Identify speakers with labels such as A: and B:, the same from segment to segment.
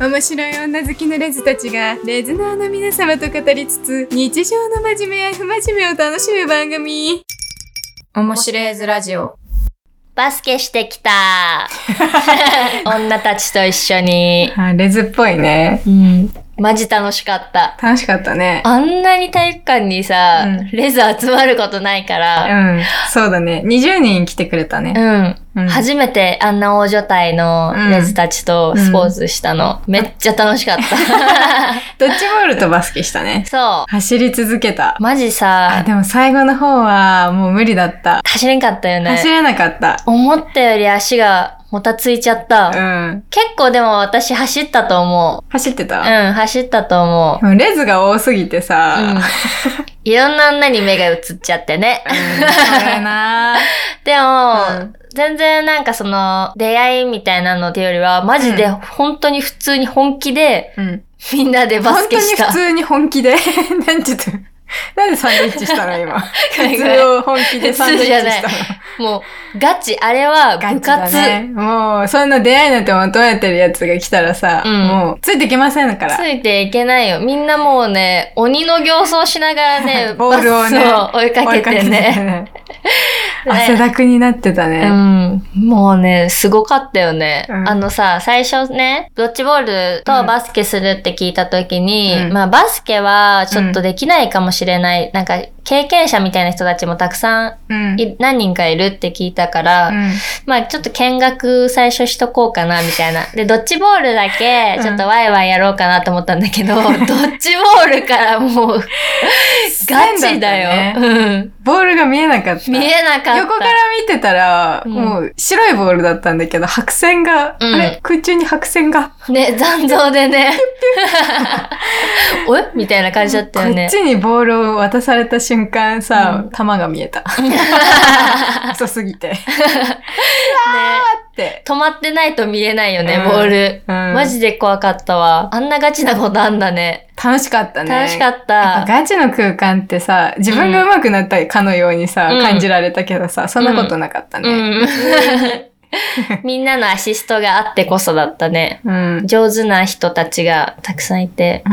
A: 面白い女好きのレズたちがレズナーの皆様と語りつつ日常の真面目や不真面目を楽しむ番組面白いズラジオ
B: バスケして きた女たちと一緒に。
A: あレズっぽいね
B: うん。マジ楽しかった。
A: 楽しかったね
B: あんなに体育館にさ、
A: うん
B: レズ集まることないか
A: う
B: ら、
A: んそうだね20人来てくれた
B: う
A: ね、
B: ん。
A: うん
B: 初めてあんな大所帯のレズたちとスポーツしたの。めっちゃ楽しか った。
A: ドッジボールとバスケした ね
B: そ
A: 走り続けた
B: う。マジ
A: あ
B: さ、
A: でも最後の方はもう無理だった
B: 走れんかったよ
A: 走
B: ね。
A: れなかった
B: 思ったより足がもたついちゃった。
A: うん
B: 結構でも私走ったと思
A: 走って
B: う。う
A: た、
B: ん、走ったと思う。
A: でもレズが多すぎてさ、
B: うんいろんな女に目が移っちゃっ てね。
A: それな
B: でも、
A: うん
B: 全然なんかその出会いみたいなのってよりは、マジで
A: う
B: 本当に普通に本気で
A: うん。
B: みんなでバス
A: 本当
B: ケ
A: に
B: した。
A: 普通に本気で。 なんちょっと。なんでサンドイッチしたの 今。普通を本気でサンドイッチした
B: 普もうガチ、あれは
A: の。
B: 部
A: ガチ
B: 活。
A: だね。もう、そんな出会いなんて求めてるやつが来たらさ、
B: うん
A: もう、ついてきませんか
B: つ
A: ら。
B: いていけないよ。みんなもうね、鬼の形相しながらね、
A: ボールをね
B: バスを追いか
A: 追
B: け てね。
A: いかけてね。汗だくになってた
B: う
A: ね。
B: ん。もうね、すごかったよね。
A: うん
B: あのさ、最初ね、ドッジボールとバスケするって聞いた時に、
A: うん
B: まあバスケはちょっとできないかもしれない。なんか経験者みたいな人たちもたくさ
A: うん。
B: んい、何人かいるって聞いたから、
A: うん
B: まあちょっと見学最初しとこうかなみたいな。で、ドッジボールだけ
A: うん
B: ちょっとワイワイやろうかなと思ったんだ けど、ドッジボールからもうガチだよ。
A: 線ボールが見えなかった。
B: うん。見えなかった。
A: 横から見てたら、
B: うん
A: もう白いボールだったんだけど、白線が、
B: うん
A: あれ空中に白線が
B: ね、残像でね。 おえみたいな感じだったよね
A: こっ。ちにボールを渡された瞬間さ、
B: うん
A: 球が見え た。遅すぎて。
B: ね
A: って。
B: 止まってないと見えないよね、
A: うん
B: ボール。
A: うん
B: マジで怖かったわ。あんなガチなことあんだね。
A: 楽しかったね。
B: 楽しか
A: っ
B: った。
A: ガチの空間ってさ、自分が上手くなったかのようにさ、
B: うん
A: 感じられたけどさ、そんなことなかった
B: う
A: ね。
B: ん。みん なのアシストがあってこそだったね。
A: うん。うん。
B: 上手な人たちがたくさんいて、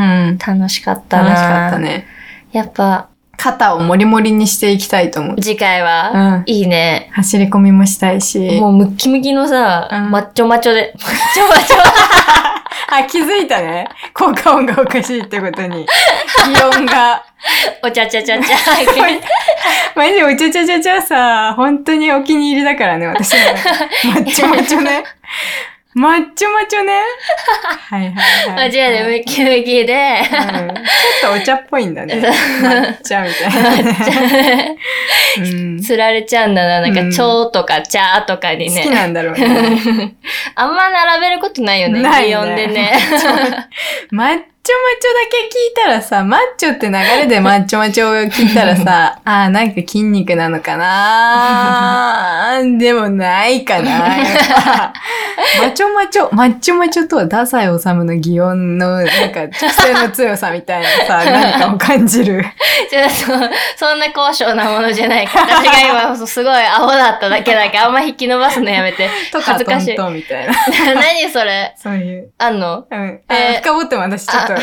B: 楽しかったな。
A: 楽しかった。ね。
B: やっぱ、
A: 肩をモリモリにしていきたいと思う。
B: 次回
A: うん
B: は、いいね。
A: 走り込みもしたいし。
B: もうムッキムキのさ、
A: うん
B: マッチョマッチョで、マッチョマッチョ
A: あ、気づいたね。効果音がおかしいってことに。気温が。
B: おちゃちゃちゃち ゃ。
A: マジでおちゃちゃちゃちゃさ、本当にお気に入りだからね、私の。マッチョマッチョね。マッチョマッチョね。はいはいはい。
B: マジでムキムキで、
A: うんちょっとお茶っぽいんだね。抹茶みたいな ね。うん
B: 釣られちゃうんだな。なん
A: うん
B: か、ちょうとかちゃーとかに
A: 好き
B: ね。
A: なんだろうね。
B: あんま並べることないよね。
A: ないね
B: 気温 でね。
A: マッチョマッチョだけ聞いたらさ、マッチョって流れでマッチョマッチョを聞いたら さ、あーなんか筋肉なのかな ーでもないかなやっぱマッチョマッチョ、マッチョマッチョとは太宰治の擬音のなんか癖の強さみたいな さ、何かを感じる。
B: ちょっとそ、そんな高尚なものじゃないから。私が今、すごい青だっただけだから、あんま引き伸ばすのやめて。
A: とか
B: 恥ず
A: ト
B: か
A: ン
B: しい。
A: トンみたいな。
B: 何それ
A: そういう。
B: あんの
A: うん。あ
B: えー
A: 深掘っても私ちょっと、
B: あ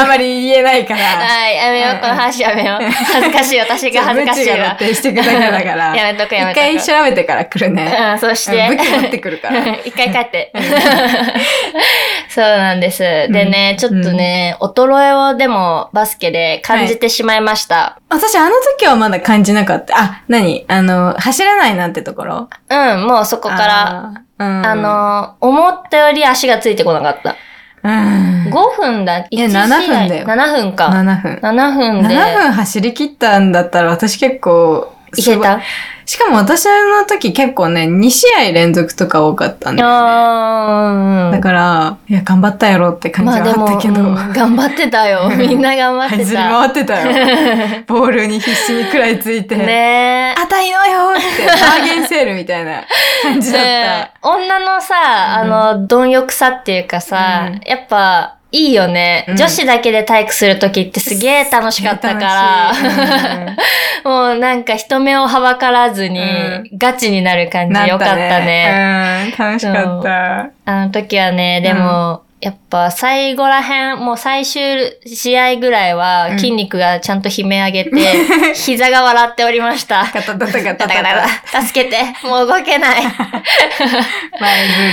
A: あんまり言えないから。
B: はい、やめよ
A: うん
B: う。この話やめよう。恥ずかしい。私が恥ずかしい
A: ちょっと無知が
B: わ
A: 露。呈してくだけだから。
B: やめとく、やめ
A: 一
B: とく。
A: 回調べてから来るね。
B: うん、そうし
A: うん
B: て。
A: 武器持ってくるから。
B: 一回帰って。そうなんです。でね、ちょっとね、衰えをでもバスケで感じてしまいました。
A: 私あの時はまだ感じなかった。あ、何あの、走らないなんてところ
B: うん、もうそこから。。
A: あーうん。
B: あ、の、思ったより足がついてこなかった。
A: うん。
B: 5分だ。
A: いや
B: 1試合
A: 7分だよ
B: 7分か。
A: 7分。
B: 7分で。
A: 7分走り切ったんだったら私結構、
B: いけた、
A: しかも私の時結構ね、2試合連続とか多かったんだよね。
B: あ
A: だ
B: ー
A: から、いや、頑張ったやろって感じ
B: ま
A: は
B: あで
A: あ
B: も、
A: ったけど。
B: うん頑張ってた よ。みんな頑張っ
A: 走
B: て
A: り
B: た。
A: 回って たよ。ボールに必死に食らいついて。
B: ねえ。
A: あたいのよって、バーゲンセールみたいな感じだっ
B: ね
A: た。
B: え女のさ、
A: うん
B: あの、貪欲さっていうかさ、
A: うん
B: やっぱ、いいよね、
A: うん
B: 女子だけで体育するときってすげえ楽しかったから、
A: 楽しい
B: もうなんか人目をはばからずに、
A: う
B: ガチ になる感
A: うん
B: じよかったね。
A: なったね。うん、楽しかった。
B: あの時はね、でも、やっぱ最後らへん、もう最終試合ぐらいは筋肉がちゃんと悲鳴上げて、 膝が笑っておりました。
A: ガタガタガタ
B: だ
A: ガ
B: か
A: タ。
B: ら、助けて、もう動けな
A: バイ
B: い。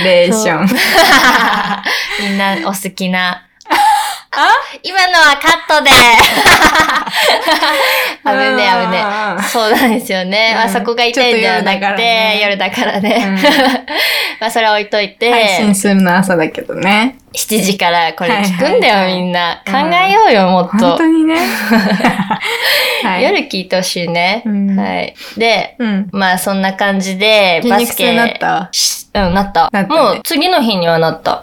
A: ブレーション。
B: みんなお好きな。今のはカ ットで危ねえ危ねえ。そうなんですよね。まあ
A: うん
B: そこが痛いんではなくて、
A: ちょ
B: 夜
A: っ
B: だからね。 まあそれは置いといて、
A: 配信するの朝だけどね。
B: 7時からこれ聞くんだよ、
A: はいはいはい
B: みんな。
A: う
B: 考
A: ん
B: えようよ、もっ
A: 本
B: と
A: 当。 にね。はい。
B: 夜聞いてほしいね、
A: うん
B: はい。で、
A: うん。
B: まあそんな感じで、
A: 筋
B: バ
A: 肉
B: ス
A: 痛
B: ケ。
A: になった
B: しうん、なった。
A: なったね
B: もう次の日には なった。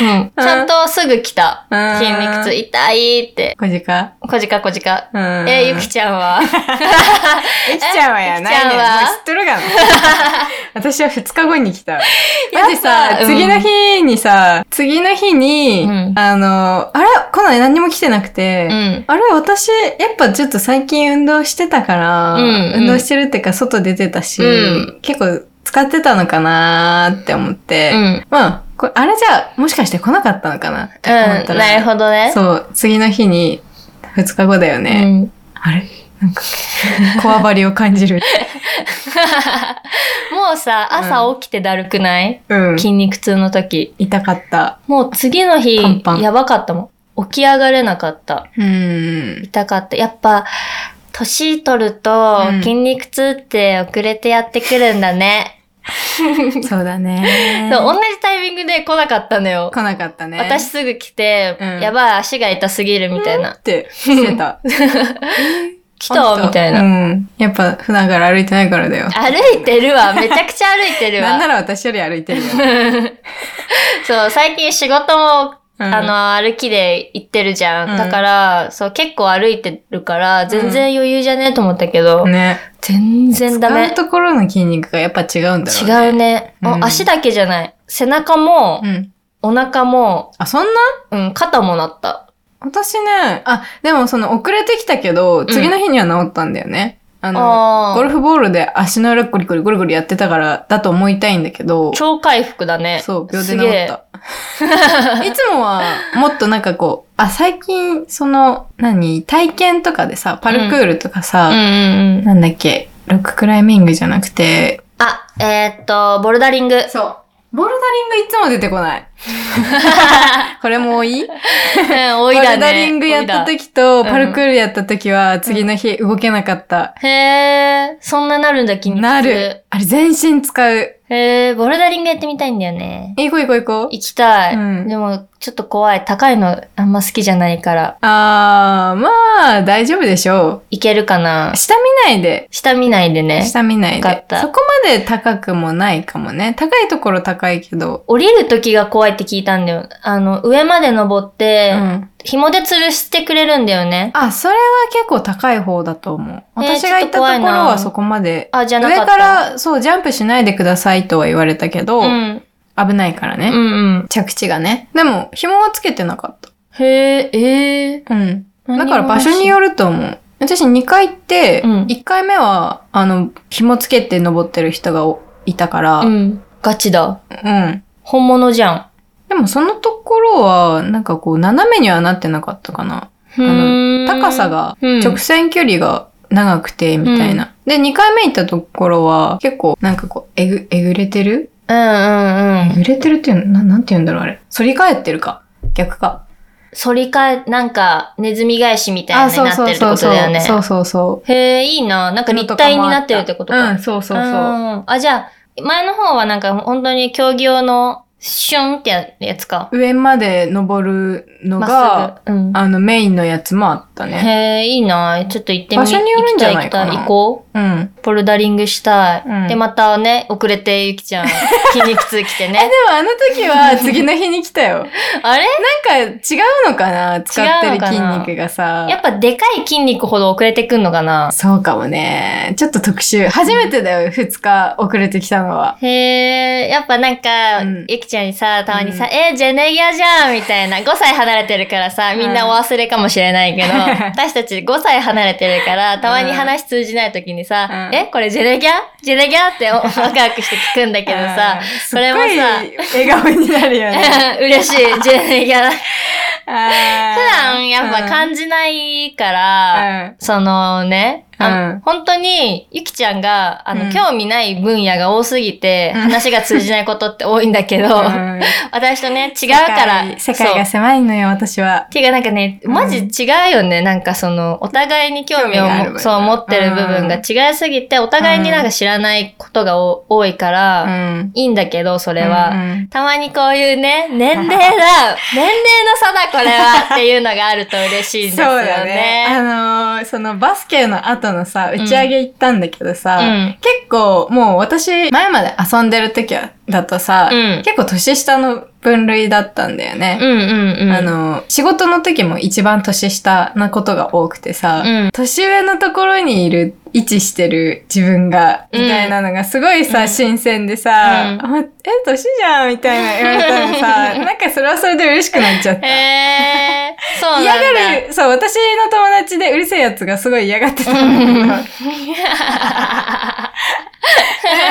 B: うん。ちゃんとすぐ来た。
A: うん
B: 筋肉痛痛いって。
A: 小鹿
B: こじかこじか。
A: うん。
B: え、ゆきちゃんは
A: ゆきちゃんはや
B: え
A: な
B: ゆき
A: い
B: ちゃ
A: ねん。
B: んは
A: もう知っとるが な。私は2日後に来た。マジ
B: やっ
A: さ、
B: ぱ
A: 次の日にさ、次の日に、
B: うん
A: あの、あれこない何にも来てなくて、
B: うん。
A: あれ私、やっぱちょっと最近運動してたから、
B: うん
A: 運動してるっていうか外出てたし、
B: う
A: 結構使ってたのかなーって思って、
B: うん。
A: まあ、これあれじゃあもしかして来なかったのかなって思っ
B: う
A: た
B: ん。
A: ら、
B: なるほどね。
A: そう、次の日に、2日後だよ
B: う
A: ね。
B: ん。
A: あれなんか、こわばりを感じ る。
B: もうさ、朝起きてだるくない、
A: うん。
B: 筋肉痛の時。
A: 痛かった。
B: もう次の日
A: パンパン、
B: やばかったもん。起き上がれなかった。
A: うん。
B: 痛かった。やっぱ、年取ると
A: うん
B: 筋肉痛って遅れてやってくるんだね。
A: そうだね。
B: そう、同じタイミングで来なかったのよ。
A: 来なかったね。
B: 私すぐ来て、
A: うん
B: やばい、足が痛すぎるみたいな。
A: ってしてた。
B: 来たみたいな。
A: うん。やっぱ普段から歩いてないからだよ。
B: 歩いてるわ。めちゃくちゃ歩いてる
A: なんな
B: わ。
A: ら私より歩い てるよ。
B: そう、最近仕事も、
A: うん
B: あの、歩きで行ってるじゃん。
A: うん
B: だから、そう、結構歩いてるから、全然余裕じゃねえと思ったけど、
A: ね。
B: 全然ダ
A: 使
B: メ
A: う。ところの筋肉がやっぱ違うんだろうね。
B: 違うね。もう
A: うん
B: 足だけじゃない。背中も、
A: うん。
B: お腹も、
A: あ、そんな
B: うん、肩もなった。
A: 私ね、あ、でもその遅れてきたけど、次の日には治ったんだよね。あの、
B: あ
A: ゴルフボールで足の裏ゴリゴリゴリゴリやってたからだと思いたいんだけど、
B: 超回復だね。
A: そう、秒です
B: げえ
A: 治った。 いつもは、もっとなんかこう、あ、最近、その、何、体験とかでさ、パルクールとか
B: うん
A: さ、
B: うんうん。
A: なんだっけ、ロッククライミングじゃなくて、
B: あ、えーっと、ボルダリン グ。
A: そう、ボルダリングいつも出てこない。これも多 い
B: うん多
A: ボ
B: い
A: ル
B: だね。
A: ダリングやった時と、
B: 多いだ
A: パルクールやった時は、次の日動けなかった。
B: へえ、そんななるんだ、筋肉痛。
A: なる。。あれ、全身使う。
B: へえ、ボルダリングやってみたいんだよね。
A: 行こう行こう行こう。
B: 行きたい。
A: うん
B: でも、ちょっと怖い。高いのあんま好きじゃないから。
A: あー、まあ、大丈夫でしょ
B: 行けるかな
A: う。下見ないで。
B: 下見ないでね。
A: 下見ない
B: わかっ
A: で。
B: た
A: そこまで高くもないかもね。高いところ高いけど。
B: 降りる時が怖いって聞いたんだよ。あの、上まで登って、
A: うん。
B: 紐で吊るしてくれるんだよね。
A: あ、それは結構高い方だと思う。
B: えー
A: 私が行ったとこ
B: ちょっと怖い
A: ろ
B: な
A: はそこまで。
B: あ、じゃな
A: 上
B: かった。
A: から、そう、ジャンプしないでくださいとは言われたけど、
B: うん。
A: 危ないからね。
B: うんうん。
A: 着地がね。でも、紐はつけてなかっ
B: へえ、ええ
A: た。うん。だから場所に
B: る。
A: よると思う。私2回行って、
B: うん
A: 1回目は、あの、紐つけて登ってる人がおいたから、
B: うん。ガチだ。
A: うん。
B: 本物じゃん。
A: でもそのところは、なんかこう、斜めにはなってなかったかな。
B: ふーん
A: 高さが、
B: うん
A: 直線距離が長くて、みたいな。で、2回目行ったところは、結構、なんかこう、えぐ、えぐれてる
B: うんうん
A: え
B: うん。
A: ぐれてるっていうの、ななんて言うんだろう、あれ。反り返ってるか。逆か。
B: 反り返、なんか、ネズミ返しみたいなのになってるってこ
A: う
B: と
A: そう
B: だよね。
A: そうそうそう。
B: へえ、いいな。なんか立体になってるってことか。
A: うん、そうそうそう。
B: んあ、じゃあ、前の方はなんか本当に競技用の、シュンってやつか。
A: 上まで登るの
B: ま
A: が、
B: っすぐ。うん。
A: あの、メインのやつもあったね。
B: へえ、いいな。ちょっと行ってみ
A: 場所によるんじゃないかな
B: 行きた行きた行こ
A: うん。
B: う。ボルダリングしたい。
A: うん
B: で、またね、遅れてゆきちゃん、筋肉痛来て
A: え、で
B: ね
A: も。あの時は次の日に来た よ。
B: あれ
A: なんか違うのかな使って
B: 違うの
A: る
B: かな
A: 筋肉がさ。
B: やっぱでかい筋肉ほど遅れてくんのかな
A: そうかもね。ちょっと特集。初めてだよ、2日遅れてきたのは。
B: へえ、やっぱなんか、
A: うん
B: ゆきちゃんにさ、たまにさ、
A: うん
B: えー、ジェネギアじゃんみたいな、5歳離れてるからさ、みんなお忘れかもしれな いけど、私たち5歳離れてるから、たまに話通じない時にさ、
A: うん
B: え、これジェネギャジェネギャ っておワクワクして聞くんだけどさ
A: あー、
B: それもさ
A: すっごい笑顔になるよね。
B: 嬉しい、ジェネギャ。
A: 普
B: 普段やっぱ感じないから、そのね、あ
A: うん
B: 本当に、ゆきちゃんが、あ
A: う
B: の、
A: ん
B: 興味ない分野が多すぎて、
A: うん
B: 話が通じないことって多いんだけど、
A: うん
B: 私とね、違うから、
A: 世界世界が
B: そう
A: 狭いのよ、私は。
B: ていうかなんかね、
A: うん
B: マジ違うよね。なんかその、お互いに興味
A: 興味
B: を
A: がある部
B: も
A: 分
B: そう持ってる部分が違いすぎて、お互いになんか知らないことがお多いから、
A: ん。
B: いいんだけど、そ
A: こ
B: れは。たまにこういうね、年齢だ、年齢の差だ、これは、っていうのがあると嬉しいんです
A: そう
B: よ
A: だね。
B: ね。
A: あのーそのバスケの後のさ、打ち上げ行ったんだけどさ、
B: うん
A: 結構もう私、前まで遊んでる時はだとさ、
B: うん
A: 結構年下の分類だったんだよ
B: う
A: ね。
B: んうんうん。
A: あのー、仕事の時も一番年下なことが多くてさ、
B: うん
A: 年上のところにいる、位置してる自分が、みたいなのがすごいさ、
B: うん
A: 新鮮でさ、
B: う
A: あえ、年じゃんみたいな言われたら さ、なんかそれはそれで嬉しくなっちゃった。
B: へえー、そうなん
A: 嫌
B: だ。
A: がる、そう、私の友達でうるせえやつがすごい嫌がってたんだけど、でも私は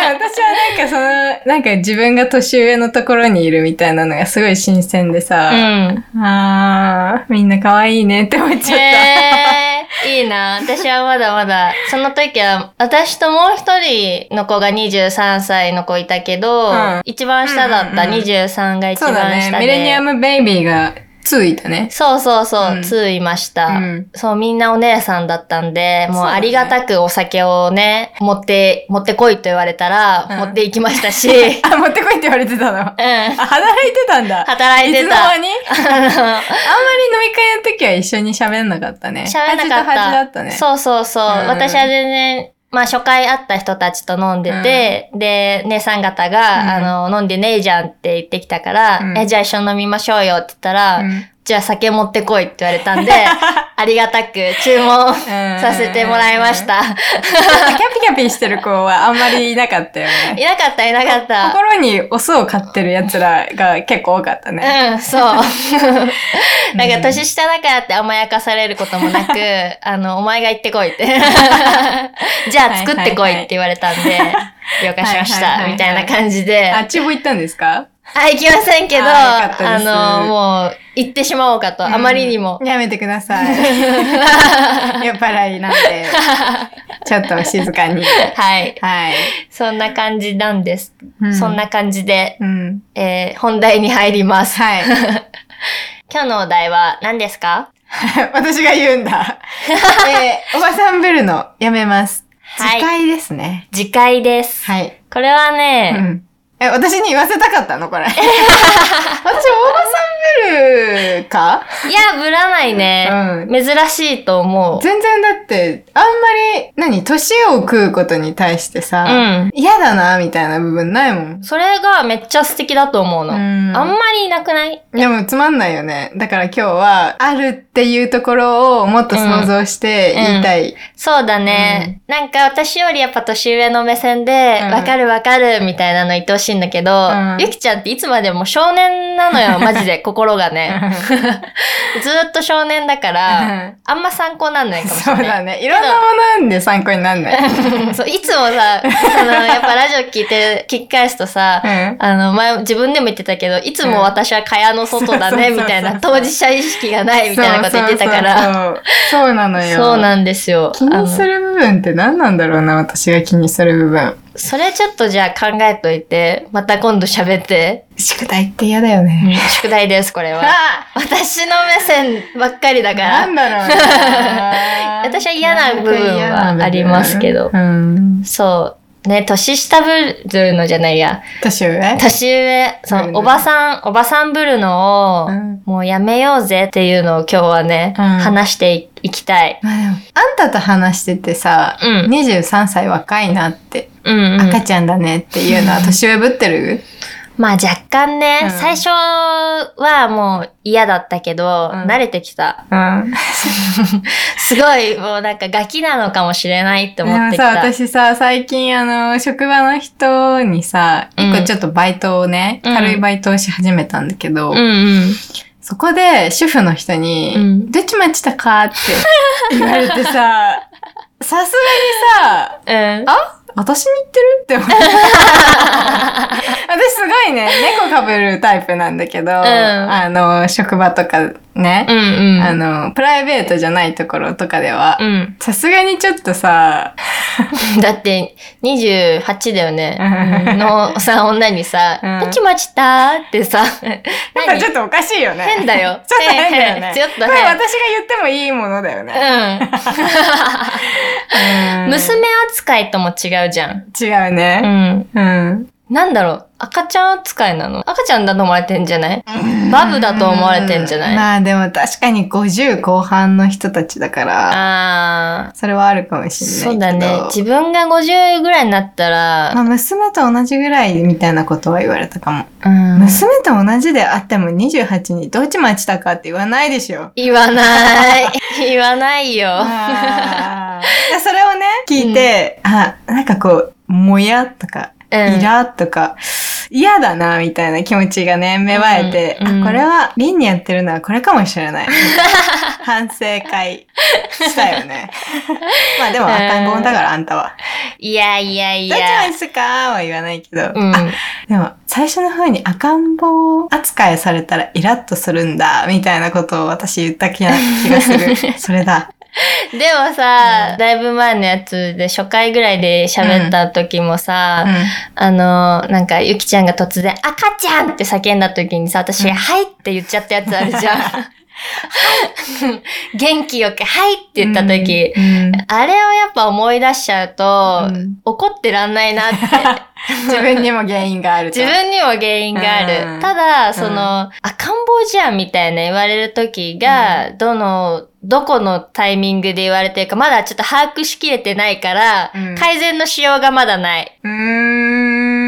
A: なんかその、なんか自分が年上のところにいるみたいなのがすごい新鮮でさ、
B: うん。
A: あー、みんな可愛いねって思っちゃった。
B: へえ、いいな。私はまだまだ、その時は、私ともう一人の子が23歳の子いたけど、
A: うん
B: 一番下だった、
A: うんうんうん
B: 23が一
A: そうだ
B: 番
A: ね
B: 下、で。
A: ミレニアムベイビーが2位だね。
B: そうそうそう、
A: うん
B: 2いました、
A: うん
B: そう、みんなお姉さんだったんで、も
A: そう
B: う
A: だね
B: ありがたくお酒をね、持って、持ってこいと言われたら、
A: うん
B: 持っていきまし たし、うん。
A: あ、持ってこいって言われてたの。あ、働いてたんだ。
B: 働いて
A: つの
B: た。
A: 間 に あんまり飲み会の時は一緒に喋んなかったね。
B: 喋んなか
A: 端
B: った。
A: と端だったね。
B: そうそうそう。
A: うん
B: 私は全然、まあ初回会った人たちと飲んでて、で、姉さん方が、
A: うん
B: あの、飲んでねえじゃんって言ってきたから、
A: うん
B: え、じゃあ一緒に飲みましょうよって言ったら、
A: うん
B: じゃあ酒持ってこいって言わ れたんで、ありがたく注文させてもらいまし。
A: うん
B: た。
A: キャピキャピしてる子はあんまりいなかったよ
B: い
A: ね。
B: なかった、いなかった。
A: 心にお酢を買ってる奴らが結構多かったね。
B: うん、そう。なんか年下だからって甘やかされること もなく、あの、お前が行ってこいって。じゃあ作ってこいって言われたんで、了解しまし
A: はいはいはいは
B: た、
A: い
B: みたいな感じで。
A: あっちも行ったんですか
B: あ、行きませんけど、
A: あよかったです
B: あの、もう、行ってしまおうかと、あまりにも
A: う。んやめてください。酔っ払いなんで。ちょっと静かに。
B: はい。
A: はい。
B: そんな感じなんです。
A: う
B: そん。な感じで、
A: うん。
B: えー本題に入ります。
A: はい。
B: 今日のお題は何ですか
A: 私が言うん だ。えーおばさんブルのやめます。
B: は
A: 次
B: い
A: 回ですね。
B: 次回です。
A: はい。
B: これはね、
A: うんえ、私に言わせたかったのこ れ。私、大場さん見るか
B: いや、ぶらないね。
A: う
B: 珍しいと思う。
A: 全然だって、あんまり、何、年を食うことに対して
B: う
A: さ、
B: ん。
A: 嫌だな、みたいな部分ないもん。
B: それがめっちゃ素敵だと思うの。
A: うん
B: あんまりいなくない
A: でもつまんないよね。だから今日は、あるっていうところをもっと想像して言いたい。
B: そうだね、なんか私よりやっぱ年上の目線で、
A: うん
B: わ、かるわかるみたいなの言ってほしいんだけど、
A: ん
B: ゆきちゃんっていつまでも少年な のよ、マジで、心がね。ずーっと少年だから、あんま参考になんないかもし
A: そう
B: れない。
A: だね。いろんなもので参考になん ない。
B: そう、いつもさ、その、やっぱラジオ聞いて、聞き返すとさ、
A: うん
B: あの、前、自分でも言ってたけど、いつも私は蚊帳の外だね、
A: うん
B: みたい
A: そうそうそう
B: な、
A: そう
B: 当事者意識がない、みたいなこと言ってたから。
A: そうそうそうそう。そうなのよ。
B: そうなんですよ。
A: 気にす
B: あの
A: る部分って何なんだろうな、私が気にする部分。
B: それちょっとじゃあ考えといて、また今度喋って。
A: 宿題って嫌だよね。
B: 宿題です、こ れは。
A: あ
B: 私の目線ばっかりだか
A: なん
B: ら。
A: だろうな
B: 私は嫌な部分はありますけど
A: うん。
B: そう。ね、年下ぶるのじゃないや。
A: 年上
B: 年上、そ
A: うん
B: の、おばさん、おばさんぶるのを、
A: うん
B: もうやめようぜっていうのを今日はね、
A: うん
B: 話していいきたい。
A: まあでもあんたと話しててさ、
B: うん
A: 23歳若いなって、
B: うん、うん。
A: 赤ちゃんだねっていうのは年上ぶってる
B: まあ若干ね、
A: うん
B: 最初はもう嫌だったけど、
A: うん
B: 慣れてきた。
A: うん。
B: すごい、もうなんかガキなのかもしれないって思ってき
A: でもさ、
B: た。
A: 私さ、最近あの、職場の人にさ、
B: うん
A: 一個ちょっとバイトをね、
B: うん
A: 軽いバイトをし始めたんだけど、
B: うんうん。
A: そこで主婦の人に、
B: うん
A: どっち待ちたか って言われてさ、さすがにさ、
B: うん。
A: 私に言ってるって思った。私すごいね、猫かぶるタイプなんだけど、あの、職場とか
B: う
A: ね、
B: んうん。
A: あの、プライベートじゃないところとかでは
B: う、ん。
A: さすがにちょっとさ、
B: だって、28だよね
A: う。ん
B: のさ、女にさ、
A: うん
B: どっち待ちたってさ、
A: なんか
B: 何
A: ちょっとおかしいよね。
B: 変だよ
A: ちょっと変だよね。
B: 変変ちょっと変
A: これ私が言ってもいいものだよね。
B: うん。娘扱いとも違うじゃん。
A: 違う
B: う
A: ね。
B: ん。
A: うん。
B: なんだろう、赤ちゃん扱いなの赤ちゃんだと思われてんじゃないバブだと思われてんじゃない、
A: うまあでも確かに50後半の人たちだから、
B: ああ
A: それはあるかもし
B: そ
A: れ
B: う
A: な
B: だ
A: いけど。
B: ね。自分が50ぐらいになった
A: まあ
B: ら、
A: 娘と同じぐらいみたいなことは言われたかも。
B: うん
A: 娘と同じであっても28にどっち待ちたかって言わないでしょ。
B: 言わない。 言わないよ。
A: あーそれをね、聞いて、あ、なんかこう、もやとか、
B: うん
A: イラとか、嫌だな、みたいな気持ちがね、芽生えて、
B: うんうん
A: あ、これは、リンにやってるのはこれかもしれ ない。反省会したよ ね。まあでも、
B: うん
A: 赤ん坊だから、あんたは。
B: いやいやい
A: どっち
B: や
A: 待。ちかは言わないけど、
B: うん。
A: あでも、最初の方に赤ん坊扱いされたらイラッとするんだ、みたいなことを私言った気が気がす る。それだ。
B: でもさ、
A: うん
B: だいぶ前のやつで初回ぐらいで喋った時もさ、あのなんかゆきちゃんが突然「赤ちゃん!」って叫んだ時にさ私「
A: うん
B: はい」って言っちゃったやつあるじゃん。はい 元気よく「はい」って言った時、
A: うん
B: あれをやっぱ思い出しちゃうと、
A: うん
B: 怒ってらんないなって
A: 自分にも原因があると
B: 自分にも原因がある。
A: うん
B: ただその、赤ん坊じゃんみたいな言われる時が、どのどこのタイミングで言われてるかまだちょっと把握しきれてないから、
A: うん
B: 改善のしようがまだない。
A: うー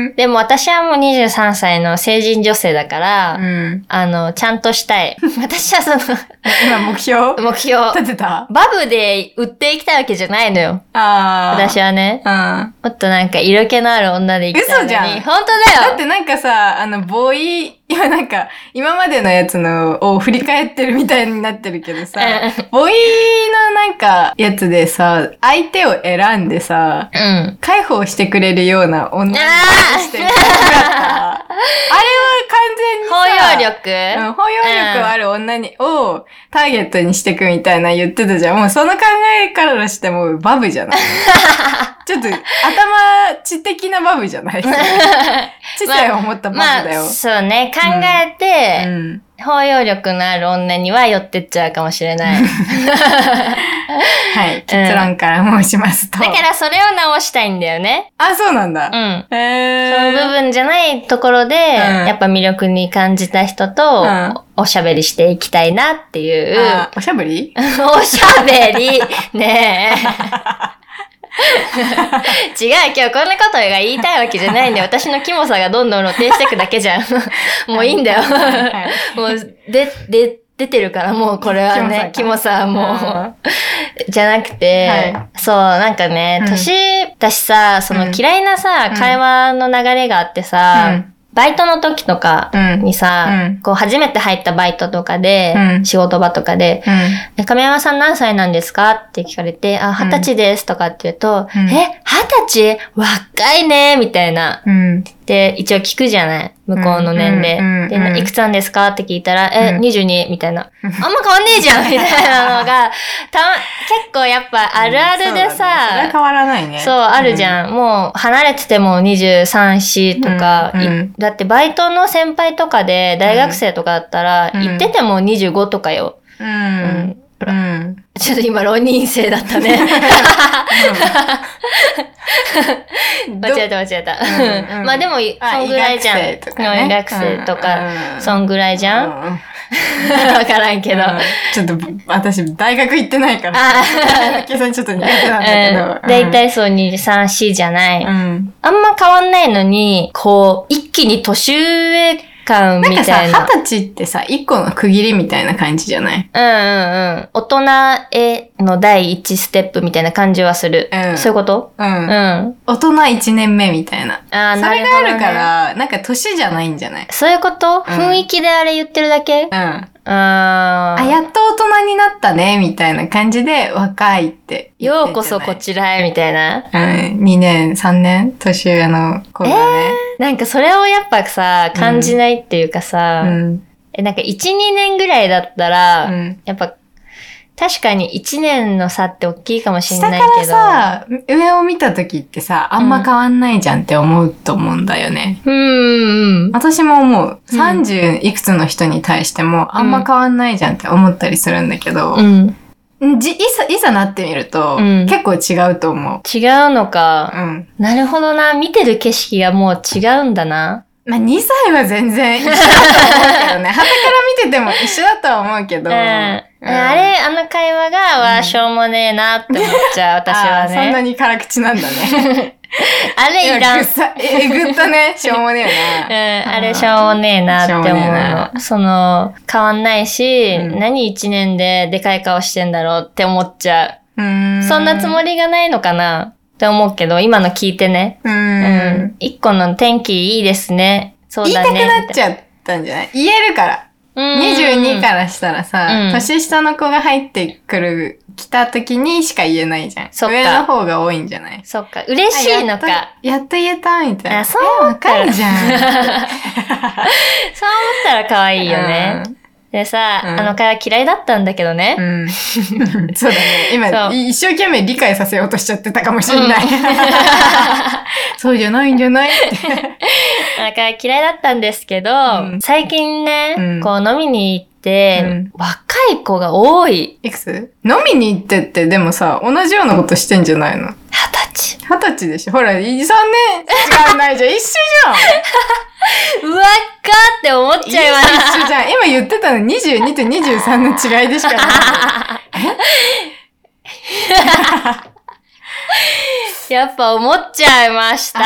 A: ん
B: でも私はもう23歳の成人女性だから、
A: うん
B: あの、ちゃんとしたい。 私はその、
A: 今目標
B: 目標、
A: 立てた
B: バブで売っていきたいわけじゃないのよ。
A: あー
B: 私はね。
A: うん。
B: もっとなんか色気のある女でいきたいのに。
A: 嘘じゃん
B: 本当だ
A: だ
B: よ
A: ってなんかさ、あの、ボーイ、いやなんか、今までのやつのを振り返ってるみたいになってるけどさ
B: う、
A: ボーイのなんか、やつでさ、相手を選んでさ、
B: うん。
A: 解放してくれるような女にしてくれなかった。あれは完
B: 包
A: 全
B: 容
A: にさ、
B: 力、
A: うん、包容力ある女に、をターゲットにしてくみたいな言ってた じゃん。もうその考えからしてもうバブじゃないちょっと頭知的なバブじゃない知性を持ったバブだよ。
B: まあ、そうね。考えて、
A: うん
B: 包容力のある女には寄ってっちゃうかもしれない。
A: はい。結論から申しますと。
B: だからそれを直したいんだよね。
A: あ、そうなんだ
B: う。ん。
A: へえ
B: その部分じゃないところで、やっぱ魅力に感じた人と
A: うん
B: おしゃべりしていきたいなっていう、
A: あおしゃぶり
B: おしゃべりね え。違う、今日こんなことが言いたいわけじゃないんで、私のキモさがどんどん露呈していくだけじ ゃん。もういいんだよ。
A: はい
B: もう、で、で、出てるから、もうこれはね、キ
A: キ
B: モ
A: モ
B: さはもう。じゃなくて、
A: は
B: そう、なんかね、
A: うん
B: 年、私さ、その
A: うん
B: 嫌いなさ、
A: うん
B: 会話の流れがあって
A: う
B: さ、
A: ん
B: バイトの時とか
A: うん。
B: にさ、
A: うん
B: こう初めて入ったバイトとかで、
A: うん
B: 仕事場とかで、
A: うん。
B: 亀山さん何歳なんですかって聞かれて、あ、
A: うん
B: 二十歳ですとかって言うと、
A: うん
B: え、二十歳若いねみたいな。
A: うん。
B: で、一応聞くじゃない向こうの年齢。
A: うんうんうん
B: で
A: うん
B: いくつなんですかって聞いたら、え、
A: うん
B: 22? みたいな。あんま変わんねえじゃんみたいなの が、たま、結構やっぱあるあるで
A: そうだねそれは
B: さ、
A: 変わらないね。
B: そう、あるじ
A: ん。
B: ゃん。もう、離れてても23、4とか、
A: うん
B: い
A: うん
B: だってバイトの先輩とかで、大学生とかだったら、
A: うん
B: 行ってても25とかよ。
A: うん。うん。
B: ちょっと今、浪人生だっ たね。間違えた間違え
A: うん
B: た。
A: うん
B: まあでも、そんぐらいじゃん。
A: 医学生とかね
B: 医学生と
A: う
B: か、
A: ん
B: そんぐらいじゃん。わ
A: うん
B: からんけど。
A: うんちょっと私大学行ってないから
B: あ
A: 計算ちょっと苦手なんだけど、
B: だいたいそう23、4じゃない。
A: うん、
B: あんま変わんないのに、こう、一気に年上感
A: なん
B: み
A: かさ
B: たいな。
A: 二十歳ってさ一個の区切りみたいな感じじゃない
B: うんうんうん。大人への第一ステップみたいな感じはする。
A: うん
B: そういうこと
A: うん、
B: うん。あ
A: 大人一年目みたいな
B: あ、
A: そ
B: な
A: れ
B: る
A: が
B: ほ
A: あ
B: ど、ね。
A: るか。らなんか年じゃないんじゃない
B: そういうこと、雰囲気であれ言ってるだけ
A: うんあ
B: うん。あ
A: やっと大人になったねみたいな感じで若いって言って
B: よ
A: んじゃないう
B: こそこちらへ、みたいな。
A: うん、2年、3年年上の子がね。
B: なんかそれをやっぱさ、感じないっていうかさ、
A: うん。
B: えなんか1、2年ぐらいだったら、
A: うん
B: やっぱ、確かに1年の差って大きいかもしれ
A: 下
B: な
A: か
B: い
A: ら
B: けど。
A: さ、上を見た時ってさ、あんま変わんないじゃんって思うと思うんだよね。
B: うんうんうん。
A: 私も思う。
B: うん
A: 30いくつの人に対しても、あんま変わんないじゃんって思ったりするんだけど、
B: うん。
A: じいざ、いざなってみると、
B: うん
A: 結構違うと思う。
B: 違うのか
A: う。ん。
B: なるほどな。見てる景色がもう違うんだな。
A: まあ、2歳は全然一緒だと思うけ どね。旗から見てても一緒だとは思うけ
B: う
A: ど。
B: ん。あれ、あの会話が、
A: う
B: わ、
A: ん
B: しょうもねえなって思っちゃう、私 は
A: あーそんな
B: ね。
A: に辛口 なんだね。
B: あれいら
A: ぐ
B: ん。う
A: っさえぐったね。しょうもねえな。
B: ん、あれしょうもねえなって思
A: しょうもねえ
B: うの。その、変わんないし、
A: うん
B: 何一年ででかい顔してんだろうって思っちゃ
A: う
B: う。
A: ん
B: そんなつも
A: り。
B: りがないのかなって思うけど、今の聞いてね。
A: う。
B: うんん。一個の天気いいですね。そう
A: 言い
B: だ
A: た
B: ね。
A: くなっちゃったんじゃない言えるから。22
B: ら。
A: からしたらさ、
B: うん
A: 年下の子が入ってくる、来た時にしか言えないじゃん。
B: そっか
A: 上の方が多いんじゃない
B: そっか、嬉しいの
A: あや
B: か。
A: っとやっと言えたみたいな。
B: あそう
A: え若いじゃん。
B: そう思ったら可愛いよね。でさ、
A: うん
B: あの会話嫌いだったんだけど ね。
A: うん。うん そうだね。
B: そ
A: 今、
B: う
A: い一生懸命理解させようとしちゃってたかもしれない。 そうじゃないんじゃない
B: あの会話嫌いだったんですけど、
A: うん
B: 最近ね、
A: うん
B: こう飲みに行って、
A: うん
B: 若い子が多い。
A: いくつ飲みに行ってって、でもさ、同じようなことしてんじゃないの
B: 二十歳。
A: 二十歳でしょほら、い3年違うないじゃん。一緒
B: うわっかって思っ
A: じゃん。
B: ちゃいまし
A: 一緒じゃん。今言ってたの22と23の違いでし かない。
B: た。 やっぱ思っちゃいました。
A: あ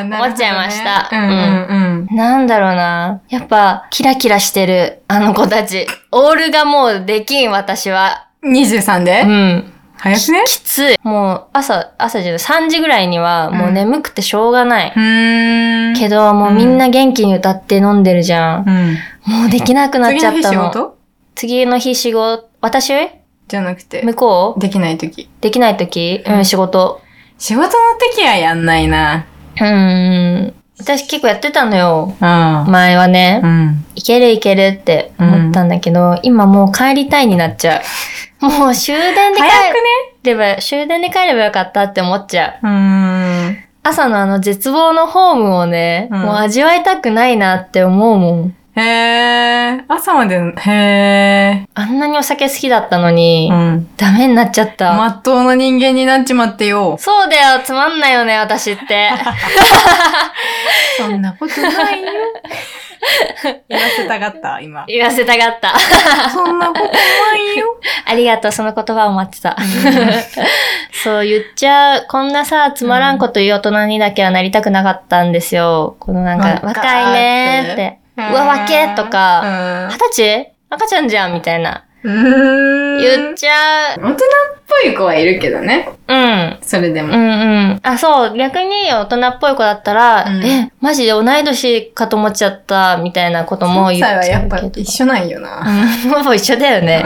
A: ーなるほどね
B: 思っちゃいました
A: うんうんうん。
B: なんだろうな。やっぱ、キラキラしてる、あの子たち。オールがもうできん、私は。
A: 23で、
B: うん。
A: 早くね
B: きつい。もう朝、朝じゃない、3時ぐらいにはもううん眠くてしょうがない。
A: うーん。
B: けど、もうみんな元気に歌って飲んでるじゃん。
A: うん。
B: もうできなくなっ
A: 次
B: ちゃ
A: の
B: っ
A: 日
B: た
A: 仕
B: の。
A: 事
B: 次の日仕事、私
A: じゃなくて、
B: 向こう
A: できない時。
B: できない時
A: うん
B: うん、仕事。
A: 仕事の時はやんないな。
B: うーん。私結構やってたのよ。
A: うん。
B: 前は
A: う
B: ね。
A: ん。
B: いけるいけるって思ったんだけど、今もう帰りたいになっちゃ う。もう終電で帰
A: 早くね
B: れば、終電で帰ればよかったって思っちゃう。
A: うーん。
B: 朝のあの絶望のホームをね、
A: うん
B: もう味わいたくないなって思うもん。
A: へえ。朝までの、へえ。
B: あんなにお酒好きだったのに、
A: うん。
B: ダメになっちゃった。
A: まっとうな人間になっちまってよ。
B: そうだよ、つまんないよね、私 って。
A: そんなことない よ。言わせたかった、今。
B: 言わせたかった。
A: そんなことないよ。
B: ありがとう、その言葉を待ってた。そう言っちゃう、こんなさ、つまらんこと言う大人にだけはなりたくなかったんですよ。このなんか、
A: 若
B: 若いねーって。
A: う
B: うわ、若えとか、
A: か
B: 二十歳赤ちゃんじゃん、みたいな。
A: うん。
B: 言っちゃう。
A: 大人っぽい子はいるけどね。
B: うん。
A: それで
B: う
A: も。
B: んうん。あ、そう、逆に大人っぽい子だったら、
A: うん
B: え、マジで同い年かと思っちゃった、みたいなことも
A: 1
B: 言っち
A: 歳は
B: ゃ
A: やっ
B: う
A: ぱ
B: け
A: 一
B: ど。
A: 緒なんよな。
B: うん ほぼ一緒だよね、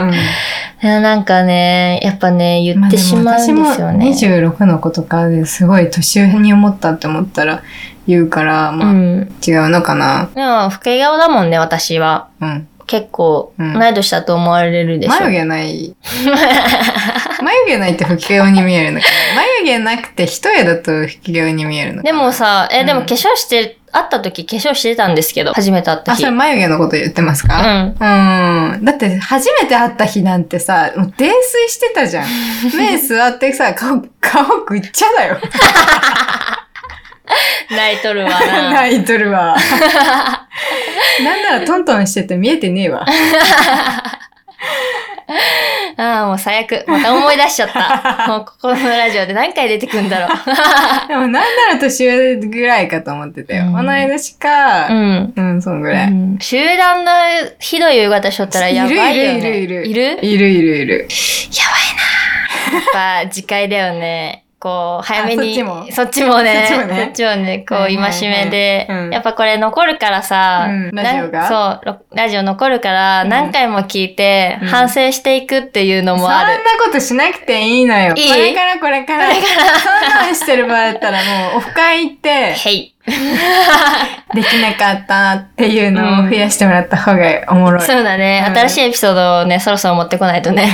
B: いやなんかね、やっぱね、言
A: まあ
B: って
A: で
B: し
A: も
B: まうん
A: 私も
B: ですよね。
A: 26の子とかですごい年上に思ったって思ったら言うから、まあ
B: うん。
A: 違うのかな。
B: でも、老け顔だもんね、私は。
A: うん。
B: 結構、
A: うん
B: 同い年だと思われるでしょ。
A: 眉毛 ない。眉毛ないって不器用に見えるのかな。眉毛なくて一重だと不器用に見えるのか
B: で
A: な。
B: もさ、え、
A: うん
B: でも化粧して、会った時化粧してたんですけど、初めて会った
A: あ、
B: 日。
A: それ眉毛のこと言ってますか、
B: うん。
A: うん。だって、初めて会った日なんてさ、もう泥酔してたじゃん。目座ってさ、顔、顔ぐっちゃだよ。
B: 泣いとるわ な。
A: 泣いとるわ。なんならトントンしてて見えてねえわ。
B: ああ、もう最悪。また思い出しちゃ った。もうここのラジオで何回出てくんだろう。
A: でもなんなら年上ぐらいかと思ってたよ。
B: うん
A: 同い年か、
B: うん。
A: うん、そんぐらい。
B: うん集団のひどい夕方しょったらやばいよね。
A: いるいるいる
B: いるやばい
A: いるいるいる。
B: な。やっぱ次回だよね。こう、早めに。
A: あ
B: そっちもね。
A: そっちもね
B: そっちもね、こ
A: は
B: う、
A: いはいはい
B: 戒めで
A: うん。
B: やっぱこれ残るからさ。
A: うん
B: な
A: ラジオが
B: そうろ、ラジオ残るから、
A: うん
B: 何回も聞いて、
A: うん
B: 反省していくっていうの
A: そん
B: も
A: な
B: ある。
A: ことしなくていいのよ。
B: いい
A: これからこれから。そんなんしてる場合だったらもう、オフ会行っ て、
B: へい。
A: できなかったっていうのを増やしてもらった方がおもろい。
B: そうだね。
A: うん
B: 新しいエピソードをね、そろそろ持ってこないとね。